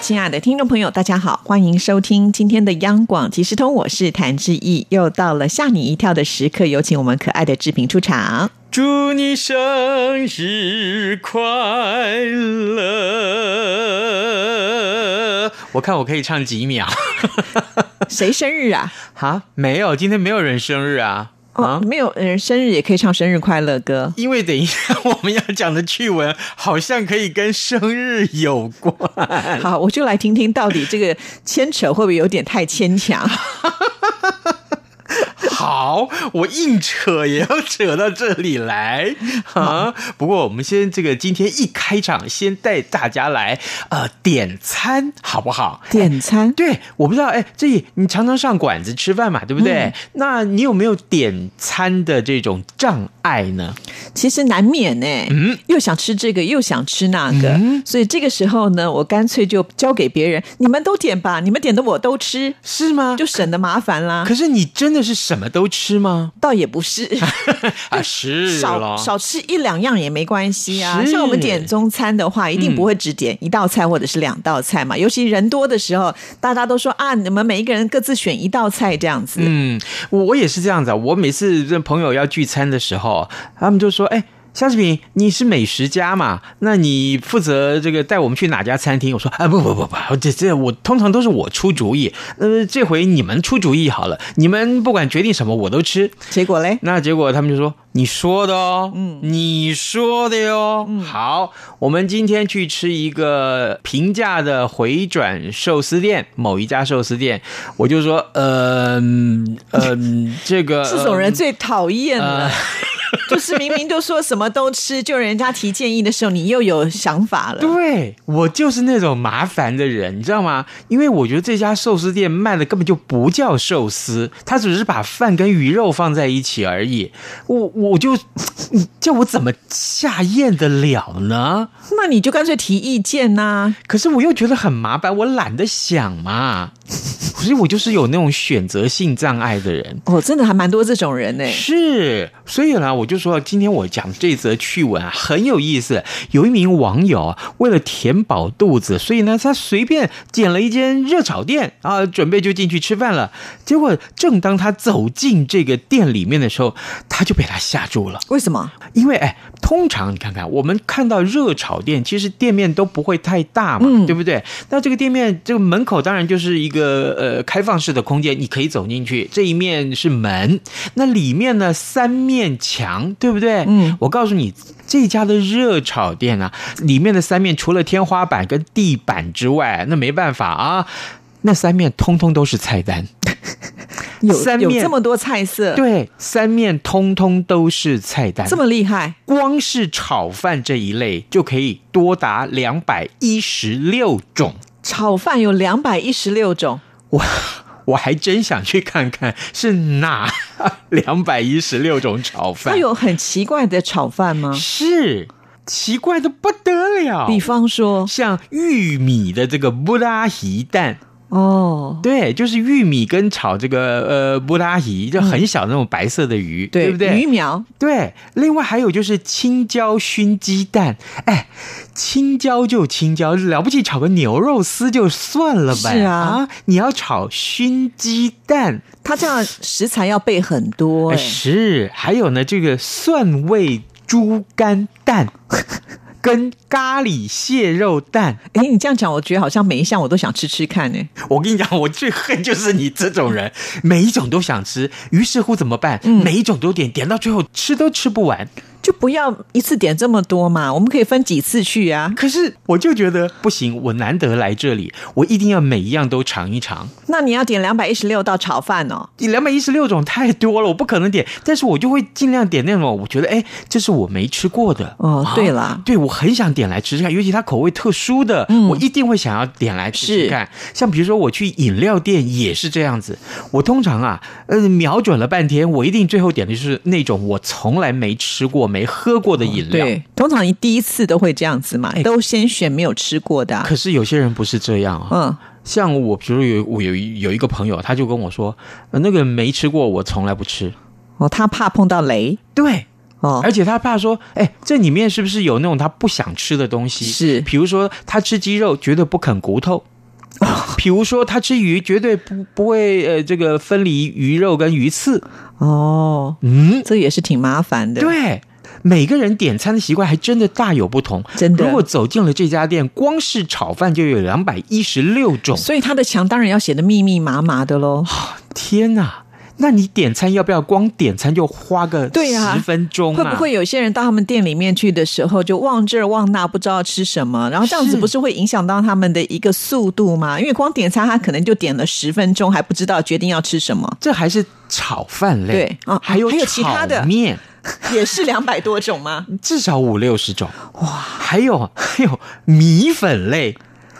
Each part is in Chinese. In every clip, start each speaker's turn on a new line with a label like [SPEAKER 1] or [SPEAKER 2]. [SPEAKER 1] 亲爱的听众朋友，大家好，欢迎收听今天的央广即时通，我是谭志毅。又到了吓你一跳的时刻，有请我们可爱的志平出场。
[SPEAKER 2] 祝你生日快乐！我看我可以唱几秒
[SPEAKER 1] 谁生日啊？
[SPEAKER 2] 哈，没有，今天没有人生日啊
[SPEAKER 1] 哦，
[SPEAKER 2] 啊！
[SPEAKER 1] 没有，嗯，生日也可以唱生日快乐歌。
[SPEAKER 2] 因为等一下我们要讲的趣闻好像可以跟生日有关。
[SPEAKER 1] 好，我就来听听到底这个牵扯会不会有点太牵强？
[SPEAKER 2] 好，我硬扯也要扯到这里 来啊！不过我们先这个今天一开场，先带大家来呃点餐，好不好？
[SPEAKER 1] 点餐
[SPEAKER 2] 对，我不知道，哎，这里你常常上馆子吃饭嘛，对不对？
[SPEAKER 1] 嗯
[SPEAKER 2] 那你有没有点餐的这种障碍呢？
[SPEAKER 1] 其实难免呢、
[SPEAKER 2] 嗯
[SPEAKER 1] 又想吃这个，又想吃那个，所以这个时候呢，我干脆就交给别人，你们都点吧，你们点的我都吃，
[SPEAKER 2] 是吗？
[SPEAKER 1] 就省得麻烦啦。
[SPEAKER 2] 可是你真的是什么都吃吗？
[SPEAKER 1] 倒也不是，
[SPEAKER 2] 啊，是
[SPEAKER 1] 少
[SPEAKER 2] 了，
[SPEAKER 1] 少吃一两样也没关系啊。
[SPEAKER 2] 是
[SPEAKER 1] 像我们点中餐的话，一定不会只点一道菜或者是两道菜嘛。尤其人多的时候，大家都说啊，你们每一个人各自选一道菜这样子。
[SPEAKER 2] 嗯，我我也是这样子啊。我每次跟朋友要聚餐的时候，他们就说：“哎、夏志平，你是美食家嘛？那你负责这个带我们去哪家餐厅？”我说：“啊，不不不不，这这我通常都是我出主意。呃，这回你们出主意好了，你们不管决定什么我都吃。
[SPEAKER 1] 结果嘞，
[SPEAKER 2] 那结果他们就说：“你说的哦，嗯，你说的哟。
[SPEAKER 1] 嗯
[SPEAKER 2] 好，我们今天去吃一个平价的回转寿司店，某一家寿司店。我就说，呃嗯、呃， 这个
[SPEAKER 1] 这种人最讨厌了
[SPEAKER 2] 呃。
[SPEAKER 1] 就是明明都说什么都吃，就人家提建议的时候，你又有想法了。
[SPEAKER 2] 对我就是那种麻烦的人，你知道吗？因为我觉得这家寿司店卖的根本就不叫寿司，它只是把饭跟鱼肉放在一起而已。我我就 你叫我怎么下咽得了呢？
[SPEAKER 1] 那你就干脆提意见啊呐、
[SPEAKER 2] 可是我又觉得很麻烦，我懒得想嘛。所以我就是有那种选择性障碍的人。
[SPEAKER 1] 哦，真的还蛮多这种人呢、
[SPEAKER 2] 是，所以呢，我就说今天我讲这则趣闻啊，很有意思。有一名网友啊为了填饱肚子，所以呢，他随便点了一间热炒店啊，准备就进去吃饭了。结果正当他走进这个店里面的时候，他就被他吓住了。
[SPEAKER 1] 为什么？
[SPEAKER 2] 因为哎，通常你看看，我们看到热炒店，其实店面都不会太大嘛，
[SPEAKER 1] 嗯
[SPEAKER 2] 对不对？那这个店面这个门口当然就是一个呃开放式的空间，你可以走进去，这一面是门，那里面呢三面墙，对不对？
[SPEAKER 1] 嗯，
[SPEAKER 2] 我告诉你，这家的热炒店啊，里面的三面除了天花板跟地板之外，那没办法啊，那三面通通都是菜单。
[SPEAKER 1] 有
[SPEAKER 2] 三
[SPEAKER 1] 有
[SPEAKER 2] 面
[SPEAKER 1] 这么多菜色，
[SPEAKER 2] 对，三面通通都是菜单，
[SPEAKER 1] 这么厉害，
[SPEAKER 2] 光是炒饭这一类就可以多达两百一十六种。
[SPEAKER 1] 炒饭有两百一十六种，
[SPEAKER 2] 我 我还真想去看看是哪 两百一十六种炒
[SPEAKER 1] 它
[SPEAKER 2] 饭。
[SPEAKER 1] 有很奇怪的炒饭吗？
[SPEAKER 2] 是奇怪的不得了，
[SPEAKER 1] 比方说，
[SPEAKER 2] 像玉米的这个布拉鱼蛋。
[SPEAKER 1] 哦，
[SPEAKER 2] 对，就是玉米跟炒这个呃布拉鱼，就很小那种白色的鱼，对不对？
[SPEAKER 1] 鱼苗
[SPEAKER 2] 对，另外还有就是青椒熏鸡蛋，哎，青椒就青椒，了不起炒个牛肉丝就算了呗。
[SPEAKER 1] 是啊
[SPEAKER 2] 你要炒熏鸡蛋，
[SPEAKER 1] 它这样食材要备很多、
[SPEAKER 2] 哎
[SPEAKER 1] 哎
[SPEAKER 2] 是，还有呢，这个蒜味猪肝蛋 跟咖喱蟹肉蛋。
[SPEAKER 1] 哎，你这样讲，我觉得好像每一项我都想吃吃看呢、哎
[SPEAKER 2] 我跟你讲，我最恨就是你这种人，每一种都想吃，于是乎怎么办？
[SPEAKER 1] 嗯
[SPEAKER 2] 每一种都点，点到最后吃都吃不完。
[SPEAKER 1] 就不要一次点这么多嘛，我们可以分几次去啊。
[SPEAKER 2] 可是我就觉得不行，我难得来这里，我一定要每一样都尝一尝。
[SPEAKER 1] 那你要点两百一十六道炒饭哦，
[SPEAKER 2] 两百一十六种太多了，我不可能点，但是我就会尽量点那种我觉得哎，这是我没吃过的。
[SPEAKER 1] 哦
[SPEAKER 2] 啊
[SPEAKER 1] 对啦
[SPEAKER 2] 对我很想点来吃吃看，尤其它口味特殊的，
[SPEAKER 1] 嗯
[SPEAKER 2] 我一定会想要点来吃吃看。像比如说我去饮料店也是这样子，我通常啊，呃，瞄准了半天，我一定最后点的就是那种我从来没吃过、没喝过的饮料。
[SPEAKER 1] 哦对，通常你第一次都会这样子嘛
[SPEAKER 2] 哎，
[SPEAKER 1] 都先选没有吃过的啊、
[SPEAKER 2] 可是有些人不是这样啊，
[SPEAKER 1] 嗯，
[SPEAKER 2] 像我，比如有我有一有一个朋友，他就跟我说，呃那个没吃过，我从来不吃。
[SPEAKER 1] 哦，他怕碰到雷
[SPEAKER 2] 对，
[SPEAKER 1] 哦，
[SPEAKER 2] 而且他怕说，哎，这里面是不是有那种他不想吃的东西？
[SPEAKER 1] 是
[SPEAKER 2] 比如说他吃鸡肉绝对不啃骨头，比如说他吃鱼绝对不不会呃这个分离鱼肉跟鱼刺。
[SPEAKER 1] 哦，
[SPEAKER 2] 嗯，
[SPEAKER 1] 这也是挺麻烦的。，
[SPEAKER 2] 对。每个人点餐的习惯还真的大有不同，
[SPEAKER 1] 真的
[SPEAKER 2] 如果走进了这家店，光是炒饭就有两百一十六种，
[SPEAKER 1] 所以他的墙当然要写的密密麻麻的喽。
[SPEAKER 2] 天哪！那你点餐要不要光点餐就花个
[SPEAKER 1] 对呀
[SPEAKER 2] 十分钟、啊
[SPEAKER 1] 会不会有些人到他们店里面去的时候，就望这儿望那，不知道吃什么？然后这样子
[SPEAKER 2] 是
[SPEAKER 1] 不是会影响到他们的一个速度吗？因为光点餐，他可能就点了十分钟，还不知道决定要吃 什么，
[SPEAKER 2] 这还是炒饭类，
[SPEAKER 1] 对啊
[SPEAKER 2] 还有
[SPEAKER 1] 还有其他的
[SPEAKER 2] 炒面，
[SPEAKER 1] 也是两百多种吗？
[SPEAKER 2] 至少五六十种哇！还有还有米粉类，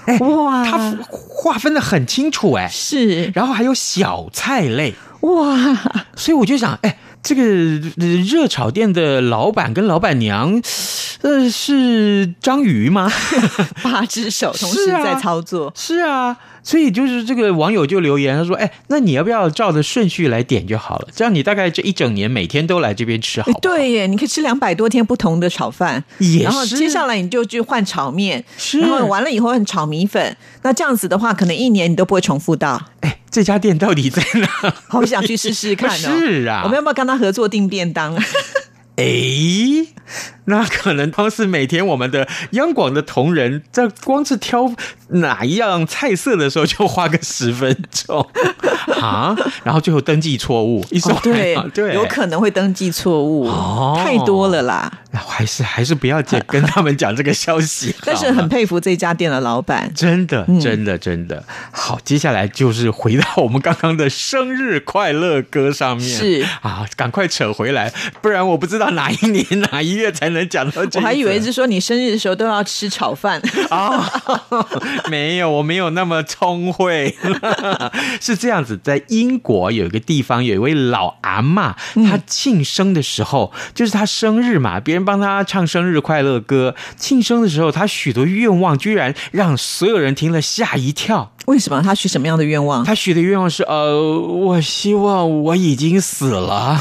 [SPEAKER 2] 哎
[SPEAKER 1] 哇
[SPEAKER 2] 它划分的很清楚哎，
[SPEAKER 1] 是
[SPEAKER 2] 然后还有小菜类，
[SPEAKER 1] 哇，
[SPEAKER 2] 所以我就想，哎，这个呃热炒店的老板跟老板娘，呃，是章鱼吗？
[SPEAKER 1] 八只手同时
[SPEAKER 2] 是啊
[SPEAKER 1] 在操作，
[SPEAKER 2] 是啊，所以就是这个网友就留言，他说：“哎，那你要不要照着顺序来点就好了？这样你大概这一整年每天都来这边吃好不
[SPEAKER 1] 哎
[SPEAKER 2] 好？”，
[SPEAKER 1] 对耶，你可以吃两百多天不同的炒饭，
[SPEAKER 2] 啊也是
[SPEAKER 1] 然后接下来你就去换炒面，
[SPEAKER 2] 是
[SPEAKER 1] 然后完了以后换炒米粉，那这样子的话，可能一年你都不会重复到。
[SPEAKER 2] 哎，这家店到底在 哪？
[SPEAKER 1] 好想去试试看哦！
[SPEAKER 2] 是啊
[SPEAKER 1] 我们要不要跟他合作订 便当？
[SPEAKER 2] 哦哎，那可能光是每天我们的央广的同仁在光是挑哪一样菜色的时候就花个十分钟 啊，然后最后登记错误，一送
[SPEAKER 1] 哦
[SPEAKER 2] 来、
[SPEAKER 1] 对
[SPEAKER 2] 啊对，
[SPEAKER 1] 有可能会登记错误，
[SPEAKER 2] 哦
[SPEAKER 1] 太多了啦。
[SPEAKER 2] 那还是还是不要讲跟他们讲这个消息好了，
[SPEAKER 1] 但是很佩服这家店的老板，
[SPEAKER 2] 真的
[SPEAKER 1] 嗯，
[SPEAKER 2] 真的，真的。好，接下来就是回到我们刚刚的生日快乐歌上面，
[SPEAKER 1] 是
[SPEAKER 2] 啊，赶快扯回来，不然我不知道哪一年 哪一月才能讲到这
[SPEAKER 1] 我
[SPEAKER 2] 一则。
[SPEAKER 1] 还以为是说你生日的时候都要吃炒饭，
[SPEAKER 2] 啊、没有，我没有那么聪慧。 是这样子，在英国有一个地方有一位老阿嬷，
[SPEAKER 1] 嗯
[SPEAKER 2] 她庆生的时候，就是她生日嘛，别人帮她唱生日快乐歌。庆生的时候，她许的愿望居然让所有人听了吓一跳。
[SPEAKER 1] 为什么他许什么样的愿望？
[SPEAKER 2] 他许的愿望是呃，我希望我已经死了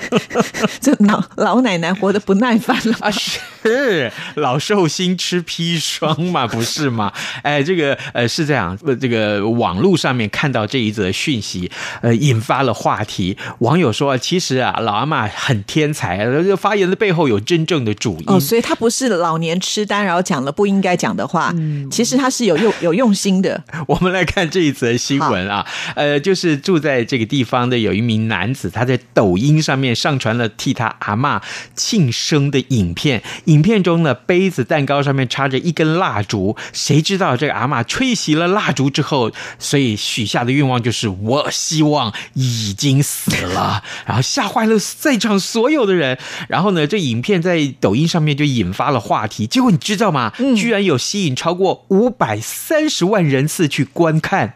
[SPEAKER 1] 这老老奶奶活得不耐烦了。
[SPEAKER 2] 啊，是老寿星吃砒霜嘛，不是吗？哎，这个呃是这样，呃这个网络上面看到这一则讯息，呃，引发了话题。网友说，其实啊，老阿嬷很天才，呃发言的背后有真正的主因。
[SPEAKER 1] 哦，所以他不是老年痴呆，然后讲了不应该讲的话，
[SPEAKER 2] 嗯
[SPEAKER 1] 其实他是有用有用心的。
[SPEAKER 2] 我们来看这一则新闻啊，呃，就是住在这个地方的有一名男子，他在抖音上面上传了替他阿嬷庆生的影片。影片中呢，杯子蛋糕上面插着一根蜡烛，谁知道这个阿嬷吹熄了蜡烛之后，所以许下的愿望就是我希望已经死了，然后吓坏了在场所有的人。然后呢，这影片在抖音上面就引发了话题，结果你知道吗？居然有吸引超过五百三十万人次去观看。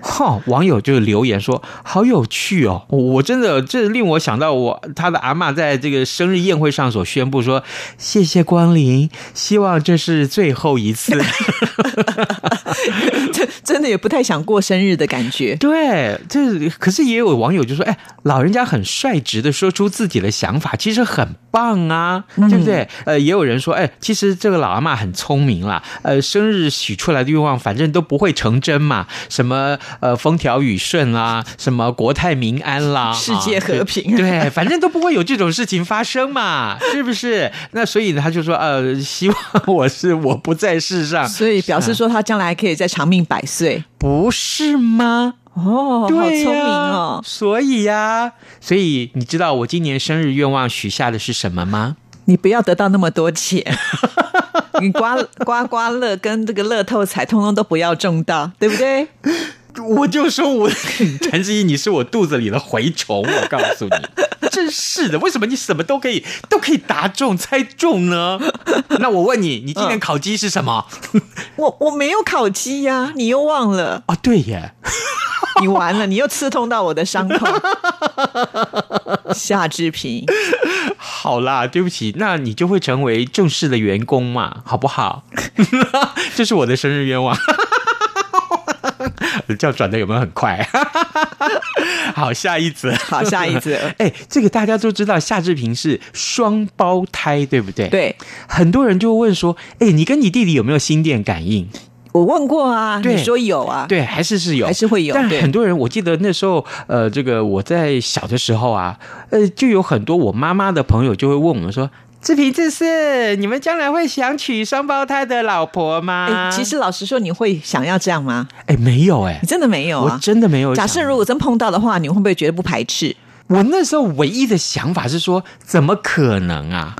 [SPEAKER 2] 哈、网友就留言说：“好有趣哦！我我真的这令我想到我他的阿嬷在这个生日宴会上所宣布说：‘谢谢光临，希望这是最后一次。’”
[SPEAKER 1] 真真的也不太想过生日的感觉。
[SPEAKER 2] 对，这可是也有网友就说，哎，老人家很率直的说出自己的想法，其实很棒啊，
[SPEAKER 1] 嗯
[SPEAKER 2] 对不对？呃，也有人说，哎，其实这个老阿嬷很聪明啦，呃，生日许出来的愿望反正都不会成真嘛，什么呃风调雨顺啦，什么国泰民安啦，
[SPEAKER 1] 世界
[SPEAKER 2] 啊
[SPEAKER 1] 和平
[SPEAKER 2] 对，反正都不会有这种事情发生嘛，是不是？那所以呢，他就说，呃，希望我是我不在世上，
[SPEAKER 1] 所以表
[SPEAKER 2] 啊
[SPEAKER 1] 示说他将来还可以再长命百岁
[SPEAKER 2] 不是吗？
[SPEAKER 1] 哦，好聪
[SPEAKER 2] 对呀
[SPEAKER 1] 明哦！
[SPEAKER 2] 所以呀、所以你知道我今年生日愿望许下的是什么吗？
[SPEAKER 1] 你不要得到那么多钱， 你刮刮刮乐跟这个乐透彩通通都不要中到，对不对？
[SPEAKER 2] 我就说我 谭志毅，你是我肚子里的蛔虫，我告诉 你，真是的，为什么你什么都可以都可以答中猜中呢？ 那我问你，你今年烤鸡是什么？
[SPEAKER 1] 我我没有烤鸡呀、你又忘了。
[SPEAKER 2] 哦，对耶，
[SPEAKER 1] 你完了，你又刺痛到我的伤口。夏志平，
[SPEAKER 2] 好啦，对不起，那你就会成为正式的员工嘛，好不好？ 这是我的生日愿望。 这样转的有没有很快？ 好，下一则。
[SPEAKER 1] 好，下一则。
[SPEAKER 2] 哎、这个大家都知道，夏志平是双胞胎，对不对？。
[SPEAKER 1] 对
[SPEAKER 2] 很多人就会问说：“哎、你跟你弟弟有没有心电感应？”
[SPEAKER 1] 我问过啊，
[SPEAKER 2] 对
[SPEAKER 1] 你说有啊，
[SPEAKER 2] 对，还是是有，
[SPEAKER 1] 还是会有
[SPEAKER 2] 但
[SPEAKER 1] 对
[SPEAKER 2] 很多人，我记得那时候，呃，这个我在小的时候啊，呃，就有很多我妈妈的朋友就会问我们说：“志平，这是你们将来会想娶双胞胎的老婆吗
[SPEAKER 1] 哎，？”其，实老实说，你会想要这样吗？
[SPEAKER 2] 哎，没有、哎
[SPEAKER 1] 你，真的没有
[SPEAKER 2] 我
[SPEAKER 1] 啊？
[SPEAKER 2] 真的没有想。
[SPEAKER 1] 假设如果真碰到的话，你会不会觉得不排斥？
[SPEAKER 2] 我那时候唯一的想法是说，怎么可能啊？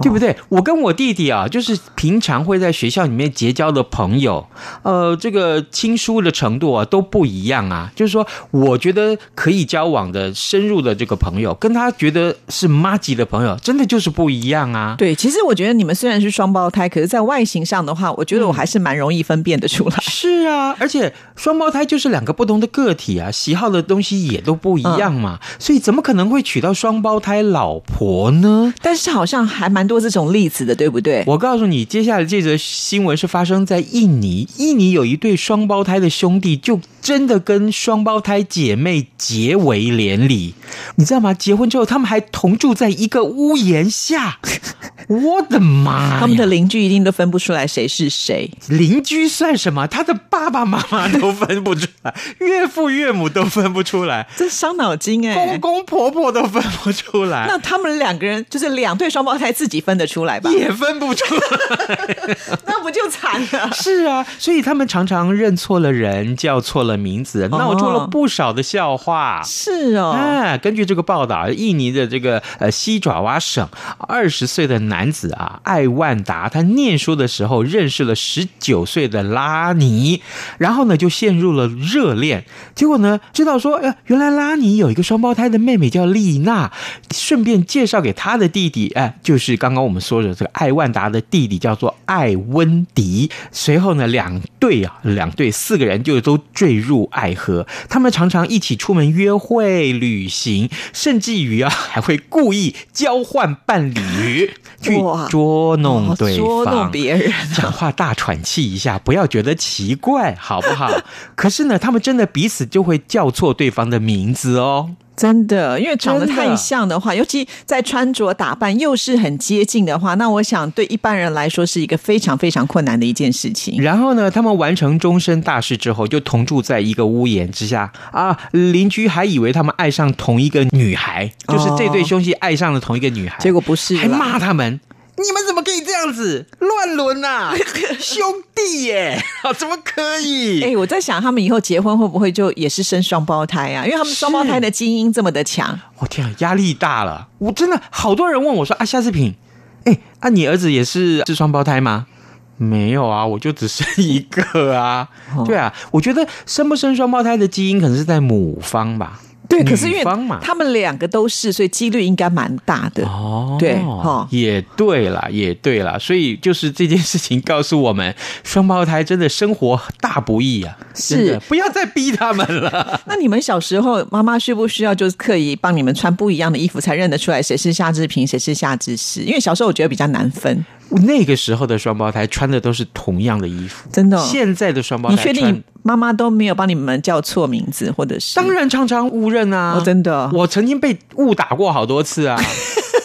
[SPEAKER 2] 对不对？我跟我弟弟啊，就是平常会在学校里面结交的朋友，呃，这个亲疏的程度啊都不一样啊。就是说，我觉得可以交往的深入的这个朋友，跟他觉得是妈级的朋友，真的就是不一样啊。
[SPEAKER 1] 对，其实我觉得你们虽然是双胞胎，可是，在外形上的话，我
[SPEAKER 2] 嗯
[SPEAKER 1] 觉得我还是蛮容易分辨得出来。
[SPEAKER 2] 是啊，而且双胞胎就是两个不同的个体啊，喜好的东西也都不一样嘛，所以怎么可能会娶到双胞胎老婆呢？
[SPEAKER 1] 但是好像还蛮多这种例子的，对不 对？
[SPEAKER 2] 我告诉你，接下来这则新闻是发生在印尼。印尼有一对双胞胎的兄弟，就真的跟双胞胎姐妹结为连理，你知道吗？结婚之后，他们还同住在一个屋檐 下。我的妈哎呀！
[SPEAKER 1] 他们的邻居一定都分不出来谁是谁。
[SPEAKER 2] 邻居算什么？他的爸爸妈妈都分不出来，岳父岳母都分不出 来，
[SPEAKER 1] 这伤脑筋哎、
[SPEAKER 2] 公公婆婆都分不出来。
[SPEAKER 1] 那他们两个人就是两对双胞胎，自己分得出来吧？
[SPEAKER 2] 也分不出来。
[SPEAKER 1] 那不就惨 了？
[SPEAKER 2] 是啊，所以他们常常认错了人，叫错了名字，闹出了不少的笑话。
[SPEAKER 1] 是哦，
[SPEAKER 2] 啊，根据这个报道，印尼的这个呃西爪哇省二十岁的男子啊，艾万达，他念书的时候认识了十九岁的拉尼，然后呢就陷入了热恋，结果呢知道说，呃，原来拉尼有一个双胞胎的妹妹叫丽娜，顺便介绍给他的弟弟，哎、就是刚刚我们说的这个艾万达的弟弟叫做艾温迪。随后呢，两队啊，两队四个人就都坠入爱河，他们常常一起出门约会、旅行，甚至于啊， 还会故意交换伴 侣去
[SPEAKER 1] 哇
[SPEAKER 2] 捉弄对方，
[SPEAKER 1] 捉弄别人，
[SPEAKER 2] 讲话大喘气一下，不要觉得奇怪，好不 好？可是呢，他们真的彼此就会叫错对方的名字哦。
[SPEAKER 1] 真的，因为长得
[SPEAKER 2] 真的
[SPEAKER 1] 太像的话，尤其在穿着打扮又是很接近的话，那我想对一般人来说是一个非常非常困难的一件事情。
[SPEAKER 2] 然后呢，他们完成终身大事之后，就同住在一个屋檐之下啊。邻居还以为他们爱上同一个女孩，就是这对兄弟爱上了同一个女孩，
[SPEAKER 1] 结果不是啦
[SPEAKER 2] 还骂他们。你们怎么可以这样子乱伦 呐、兄弟耶，啊怎么可以？
[SPEAKER 1] 哎、我在想，他们以后结婚会不会就也是生双胞胎啊？因为他们双胞胎的基因这么的强，
[SPEAKER 2] 我、天啊，压力大了！我真的好多人问我说啊，夏志平，哎、啊，你儿子也是是双胞胎吗？没有啊，我就只生一个啊。
[SPEAKER 1] 哦
[SPEAKER 2] 对啊，我觉得生不生双胞胎的基因可能是在母方吧。
[SPEAKER 1] 对，可是因
[SPEAKER 2] 女
[SPEAKER 1] 为
[SPEAKER 2] 方嘛
[SPEAKER 1] 他们两个都是，所以几率应该蛮大的。
[SPEAKER 2] 哦
[SPEAKER 1] 对哈
[SPEAKER 2] 也对啦，也对啦，所以就是这件事情告诉我们，双胞胎真的生活大不易啊，
[SPEAKER 1] 是
[SPEAKER 2] 真的不要再逼他们 了。
[SPEAKER 1] 那你们小时候，妈妈需不需要就是刻意帮你们穿不一样的衣服，才认得出来谁是夏志平，谁是夏志士？因为小时候我觉得比较难分，
[SPEAKER 2] 那个时候的双胞胎穿的都是同样的衣服，
[SPEAKER 1] 真的哦、
[SPEAKER 2] 现在的双胞
[SPEAKER 1] 你
[SPEAKER 2] 胎
[SPEAKER 1] 确
[SPEAKER 2] 穿
[SPEAKER 1] 定妈妈都没有帮你们叫错名字，或者是？
[SPEAKER 2] 当然常常误认啊，
[SPEAKER 1] 哦真的哦
[SPEAKER 2] 我曾经被误打过好多次 啊。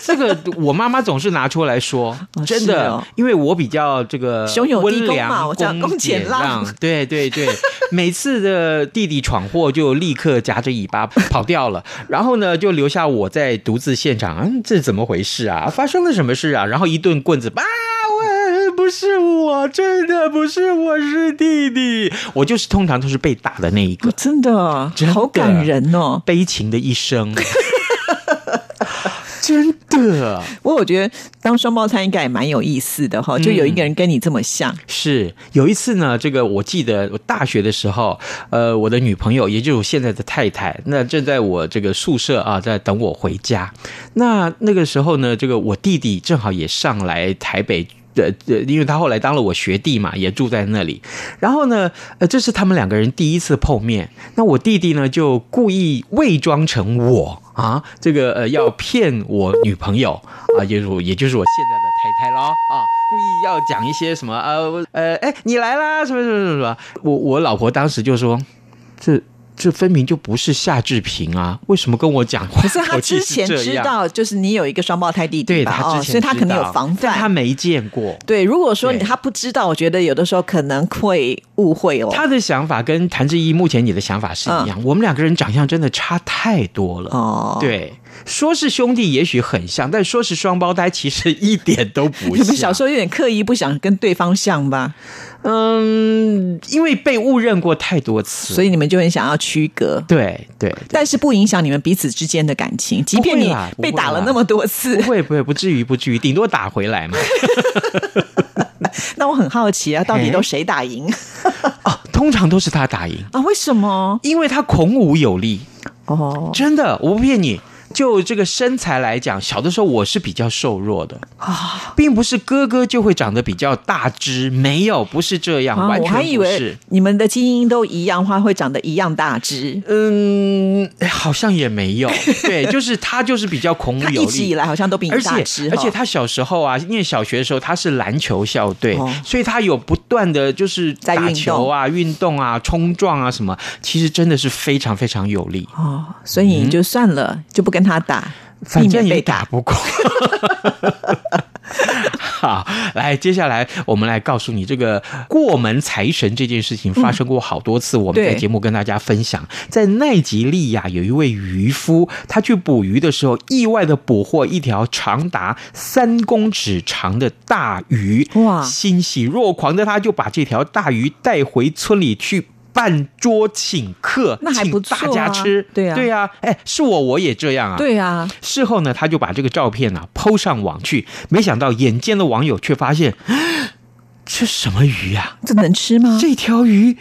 [SPEAKER 2] 这个我妈妈总是拿出来说，
[SPEAKER 1] 哦
[SPEAKER 2] 真
[SPEAKER 1] 是
[SPEAKER 2] 的，
[SPEAKER 1] 哦
[SPEAKER 2] 因为我比较这个
[SPEAKER 1] 胸有地
[SPEAKER 2] 温
[SPEAKER 1] 宫嘛
[SPEAKER 2] 良
[SPEAKER 1] 我讲
[SPEAKER 2] 恭
[SPEAKER 1] 恭俭
[SPEAKER 2] 俭
[SPEAKER 1] 让，
[SPEAKER 2] 对对 对，每次的弟弟闯祸就立刻夹着尾巴跑掉了，然后呢就留下我在独自现场，嗯，这怎么回事啊？发生了什么事啊？然后一顿棍子，啊，我不是我，真的不是我是弟弟，我就是通常都是被打的那一个
[SPEAKER 1] 哦。真的哦
[SPEAKER 2] 真的
[SPEAKER 1] 好感人哦！
[SPEAKER 2] 悲情的一生。 真的
[SPEAKER 1] 不过我觉得当双胞胎应该也蛮有意思的哈、就有一个人跟你这么像，
[SPEAKER 2] 是有一次呢，这个我记得我大学的时候，呃，我的女朋友，也就是我现在的太太，那正在我这个宿舍啊，在等我回家。那那个时候呢，这个我弟弟正好也上来台北呃呃，因为他后来当了我学弟嘛，也住在那里。然后呢，呃，这是他们两个人第一次碰面。那我弟弟呢，就故意伪装成我啊，这个呃要骗我女朋友啊，也就是我也就是我现在的太太咯啊，故意要讲一些什么呃呃哎你来啦什么什么什么什么。我我老婆当时就说，这这分明就不是夏志平啊，为什么跟我讲话？
[SPEAKER 1] 可是他之前知道，就是你有一个双胞胎弟弟
[SPEAKER 2] 对
[SPEAKER 1] 吧？
[SPEAKER 2] 他之前、
[SPEAKER 1] 哦，所以他肯定有防
[SPEAKER 2] 但他
[SPEAKER 1] 范。
[SPEAKER 2] 没见过。
[SPEAKER 1] 对，如果说
[SPEAKER 2] 对
[SPEAKER 1] 他不知道，我觉得有的时候可能会误会哦。
[SPEAKER 2] 他的想法跟谭志毅目前你的想法是一样，我们两个人长相真的差太多了。
[SPEAKER 1] 哦，，
[SPEAKER 2] 对，说是兄弟也许很像，但说是双胞胎其实一点都不
[SPEAKER 1] 你
[SPEAKER 2] 像。
[SPEAKER 1] 们小时候有点刻意不想跟对方像吧，
[SPEAKER 2] 嗯，因为被误认过太多次，
[SPEAKER 1] 所以你们就很想要区隔。
[SPEAKER 2] 对对，
[SPEAKER 1] 但是不影响你们彼此之间的感情，即便
[SPEAKER 2] 不会
[SPEAKER 1] 你
[SPEAKER 2] 啦不会
[SPEAKER 1] 被打了
[SPEAKER 2] 啦
[SPEAKER 1] 那么多次
[SPEAKER 2] 不，会不会不至于不至于，顶多打回来嘛。
[SPEAKER 1] 那我很好奇啊，到底
[SPEAKER 2] 嘿
[SPEAKER 1] 都谁打赢
[SPEAKER 2] 啊，通常都是他打赢，
[SPEAKER 1] 啊？为什么？
[SPEAKER 2] 因为他孔武有力。
[SPEAKER 1] 哦
[SPEAKER 2] 真的，我不骗你。就这个身材来讲，小的时候我是比较瘦弱的
[SPEAKER 1] 啊，
[SPEAKER 2] 并不是哥哥就会长得比较大只，没有，不是这样，
[SPEAKER 1] 啊
[SPEAKER 2] 完
[SPEAKER 1] 我
[SPEAKER 2] 全不
[SPEAKER 1] 还
[SPEAKER 2] 是。
[SPEAKER 1] 以为你们的基因都一样的话，会长得一样大只。
[SPEAKER 2] 嗯，好像也没有。对，就是他就是比较孔武
[SPEAKER 1] 他
[SPEAKER 2] 有
[SPEAKER 1] 一直以
[SPEAKER 2] 力。
[SPEAKER 1] 来好像都比你
[SPEAKER 2] 而且
[SPEAKER 1] 大只，
[SPEAKER 2] 而且
[SPEAKER 1] 哈
[SPEAKER 2] 他小时候啊，念小学的时候，他是篮球校队，
[SPEAKER 1] 哦
[SPEAKER 2] 所以他有不断的就是
[SPEAKER 1] 在运
[SPEAKER 2] 打球啊、运动啊、冲撞啊什么，其实真的是非常非常有力。
[SPEAKER 1] 哦，所以你就算了，就不跟他打，避
[SPEAKER 2] 嗯反
[SPEAKER 1] 免
[SPEAKER 2] 正
[SPEAKER 1] 被
[SPEAKER 2] 也
[SPEAKER 1] 打
[SPEAKER 2] 打。不过。 好，来，接下来我们来告诉你这个过门财神这件事情发生过好多次，我们在
[SPEAKER 1] 对
[SPEAKER 2] 节目跟大家分享，在奈及利亚有一位渔夫，他去捕鱼的时候意外的捕获一条长达三公尺长的大鱼，
[SPEAKER 1] 哇
[SPEAKER 2] 欣喜若狂的他就把这条大鱼带回村里去。办桌请客，
[SPEAKER 1] 那还不
[SPEAKER 2] 请大
[SPEAKER 1] 错
[SPEAKER 2] 家
[SPEAKER 1] 啊
[SPEAKER 2] 吃，
[SPEAKER 1] 对啊
[SPEAKER 2] 对呀、哎，是我我也这样啊，
[SPEAKER 1] 对啊，
[SPEAKER 2] 事后呢，他就把这个照片啊抛上网去，没想到眼尖的网友却发现， 这什么鱼啊？
[SPEAKER 1] 这能吃吗？
[SPEAKER 2] 这条鱼，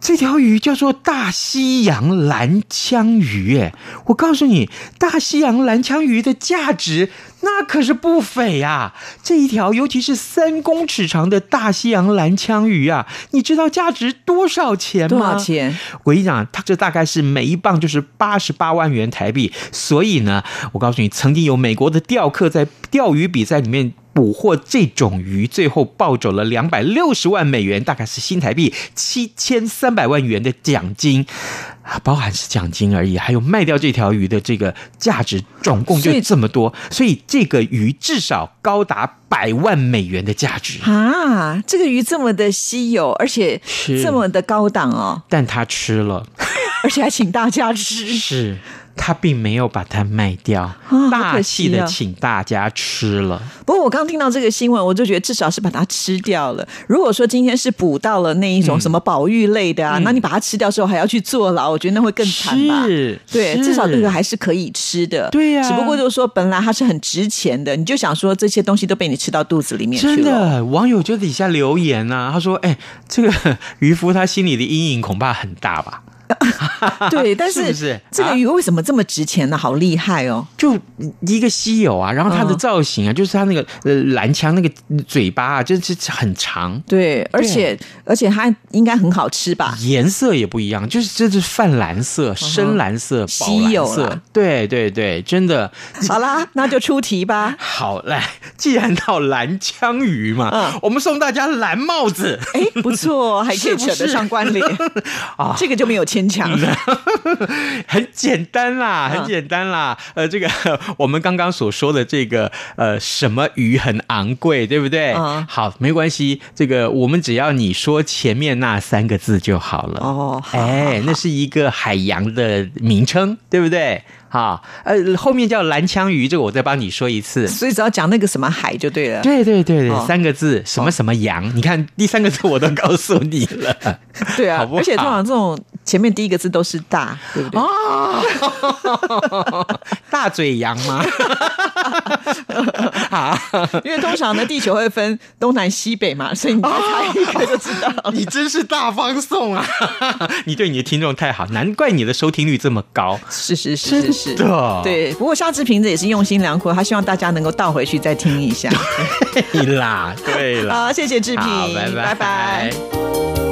[SPEAKER 2] 这条鱼叫做大西洋蓝枪鱼。哎，我告诉你，大西洋蓝枪鱼的价值那可是不菲啊！这一条，尤其是三公尺长的大西洋蓝枪鱼啊，你知道价值多少钱吗？
[SPEAKER 1] 多少钱？
[SPEAKER 2] 我跟你讲，它这大概是每一磅就是八十八万元台币，所以呢，我告诉你，曾经有美国的钓客在钓鱼比赛里面。捕获这种鱼，最后抱走了两百六十万美元，大概是新台币七千三百万元的奖金，啊，包含是奖金而已，还有卖掉这条鱼的这个价值，总共
[SPEAKER 1] 所
[SPEAKER 2] 就
[SPEAKER 1] 以
[SPEAKER 2] 这么多，所以这个鱼至少高达百万美元的价值。
[SPEAKER 1] 啊，这个鱼这么的稀有，而且
[SPEAKER 2] 是
[SPEAKER 1] 这么的高档哦，
[SPEAKER 2] 但他吃了，
[SPEAKER 1] 而且还请大家吃。
[SPEAKER 2] 是他并没有把它卖掉，
[SPEAKER 1] 啊好
[SPEAKER 2] 大
[SPEAKER 1] 可
[SPEAKER 2] 气
[SPEAKER 1] 惜
[SPEAKER 2] 的
[SPEAKER 1] 啊
[SPEAKER 2] 请大家吃了。
[SPEAKER 1] 不过我刚听到这个新闻，我就觉得至少是把它吃掉了。如果说今天是捕到了那一
[SPEAKER 2] 嗯
[SPEAKER 1] 种什么宝玉类的啊，那你把它吃掉之后还要去坐牢，我觉得那会更惨吧。
[SPEAKER 2] 是，
[SPEAKER 1] 对，
[SPEAKER 2] 是
[SPEAKER 1] 至少这个还是可以吃的。
[SPEAKER 2] 对呀
[SPEAKER 1] 只不过就是说，本来它是很值钱的，你就想说这些东西都被你吃到肚子里面去了。
[SPEAKER 2] 真的，网友就底下留言呐、他说：“哎、这个渔夫他心里的阴影恐怕很大吧？
[SPEAKER 1] 对，但
[SPEAKER 2] 是不是啊
[SPEAKER 1] 这个鱼为什么这么值钱呢？好厉害哦！
[SPEAKER 2] 就一个稀有啊，然后它的
[SPEAKER 1] 嗯
[SPEAKER 2] 造型啊，就是它那个呃蓝枪那个嘴巴啊，就是很长，
[SPEAKER 1] 对，而且而且它应该很好吃 吧？
[SPEAKER 2] 颜色也不一样，就是这是泛蓝色、深蓝色、宝
[SPEAKER 1] 嗯稀
[SPEAKER 2] 蓝
[SPEAKER 1] 有
[SPEAKER 2] 色
[SPEAKER 1] 啦，
[SPEAKER 2] 对对对，真的
[SPEAKER 1] 好啦，那就出题 吧。
[SPEAKER 2] 好来，既然到蓝枪鱼嘛，
[SPEAKER 1] 嗯
[SPEAKER 2] 我们送大家蓝帽子
[SPEAKER 1] 哎，不错，还可以扯得上关联
[SPEAKER 2] 啊
[SPEAKER 1] 这个就没有牵强。
[SPEAKER 2] 很简单啦，
[SPEAKER 1] 嗯
[SPEAKER 2] 很简单啦。呃，这个 我们刚刚所说的这个呃什么鱼很昂贵，对不对？
[SPEAKER 1] 嗯
[SPEAKER 2] 好，没关系，这个我们只要你说前面那三个字就好了。
[SPEAKER 1] 哦，好
[SPEAKER 2] 哎，那是一个海洋的名称，对不对？好，呃，后面叫蓝枪鱼，这个我再帮你说一次。
[SPEAKER 1] 所以只要讲那个什么海就 对了。
[SPEAKER 2] 对对对对，
[SPEAKER 1] 哦
[SPEAKER 2] 三个字，什么什么羊？你看第三个字我都告诉你 了。
[SPEAKER 1] 对啊
[SPEAKER 2] 好不，哦好
[SPEAKER 1] 而且通常这种前面第一个字都是大，对不对？
[SPEAKER 2] 大嘴羊吗？啊，
[SPEAKER 1] 因为通常呢，地球会分东南西北嘛，所以你再猜一个就知道了。
[SPEAKER 2] 你真是大方送啊！ 你对你的听众太好，难怪你的收听率这么 高。
[SPEAKER 1] 是是是是是
[SPEAKER 2] 真的
[SPEAKER 1] 对。不过夏志平子也是用心良苦，他希望大家能够倒回去再 听一下。
[SPEAKER 2] 对啦，对啦，
[SPEAKER 1] 好，谢谢志平
[SPEAKER 2] 好，，拜
[SPEAKER 1] 拜拜
[SPEAKER 2] 拜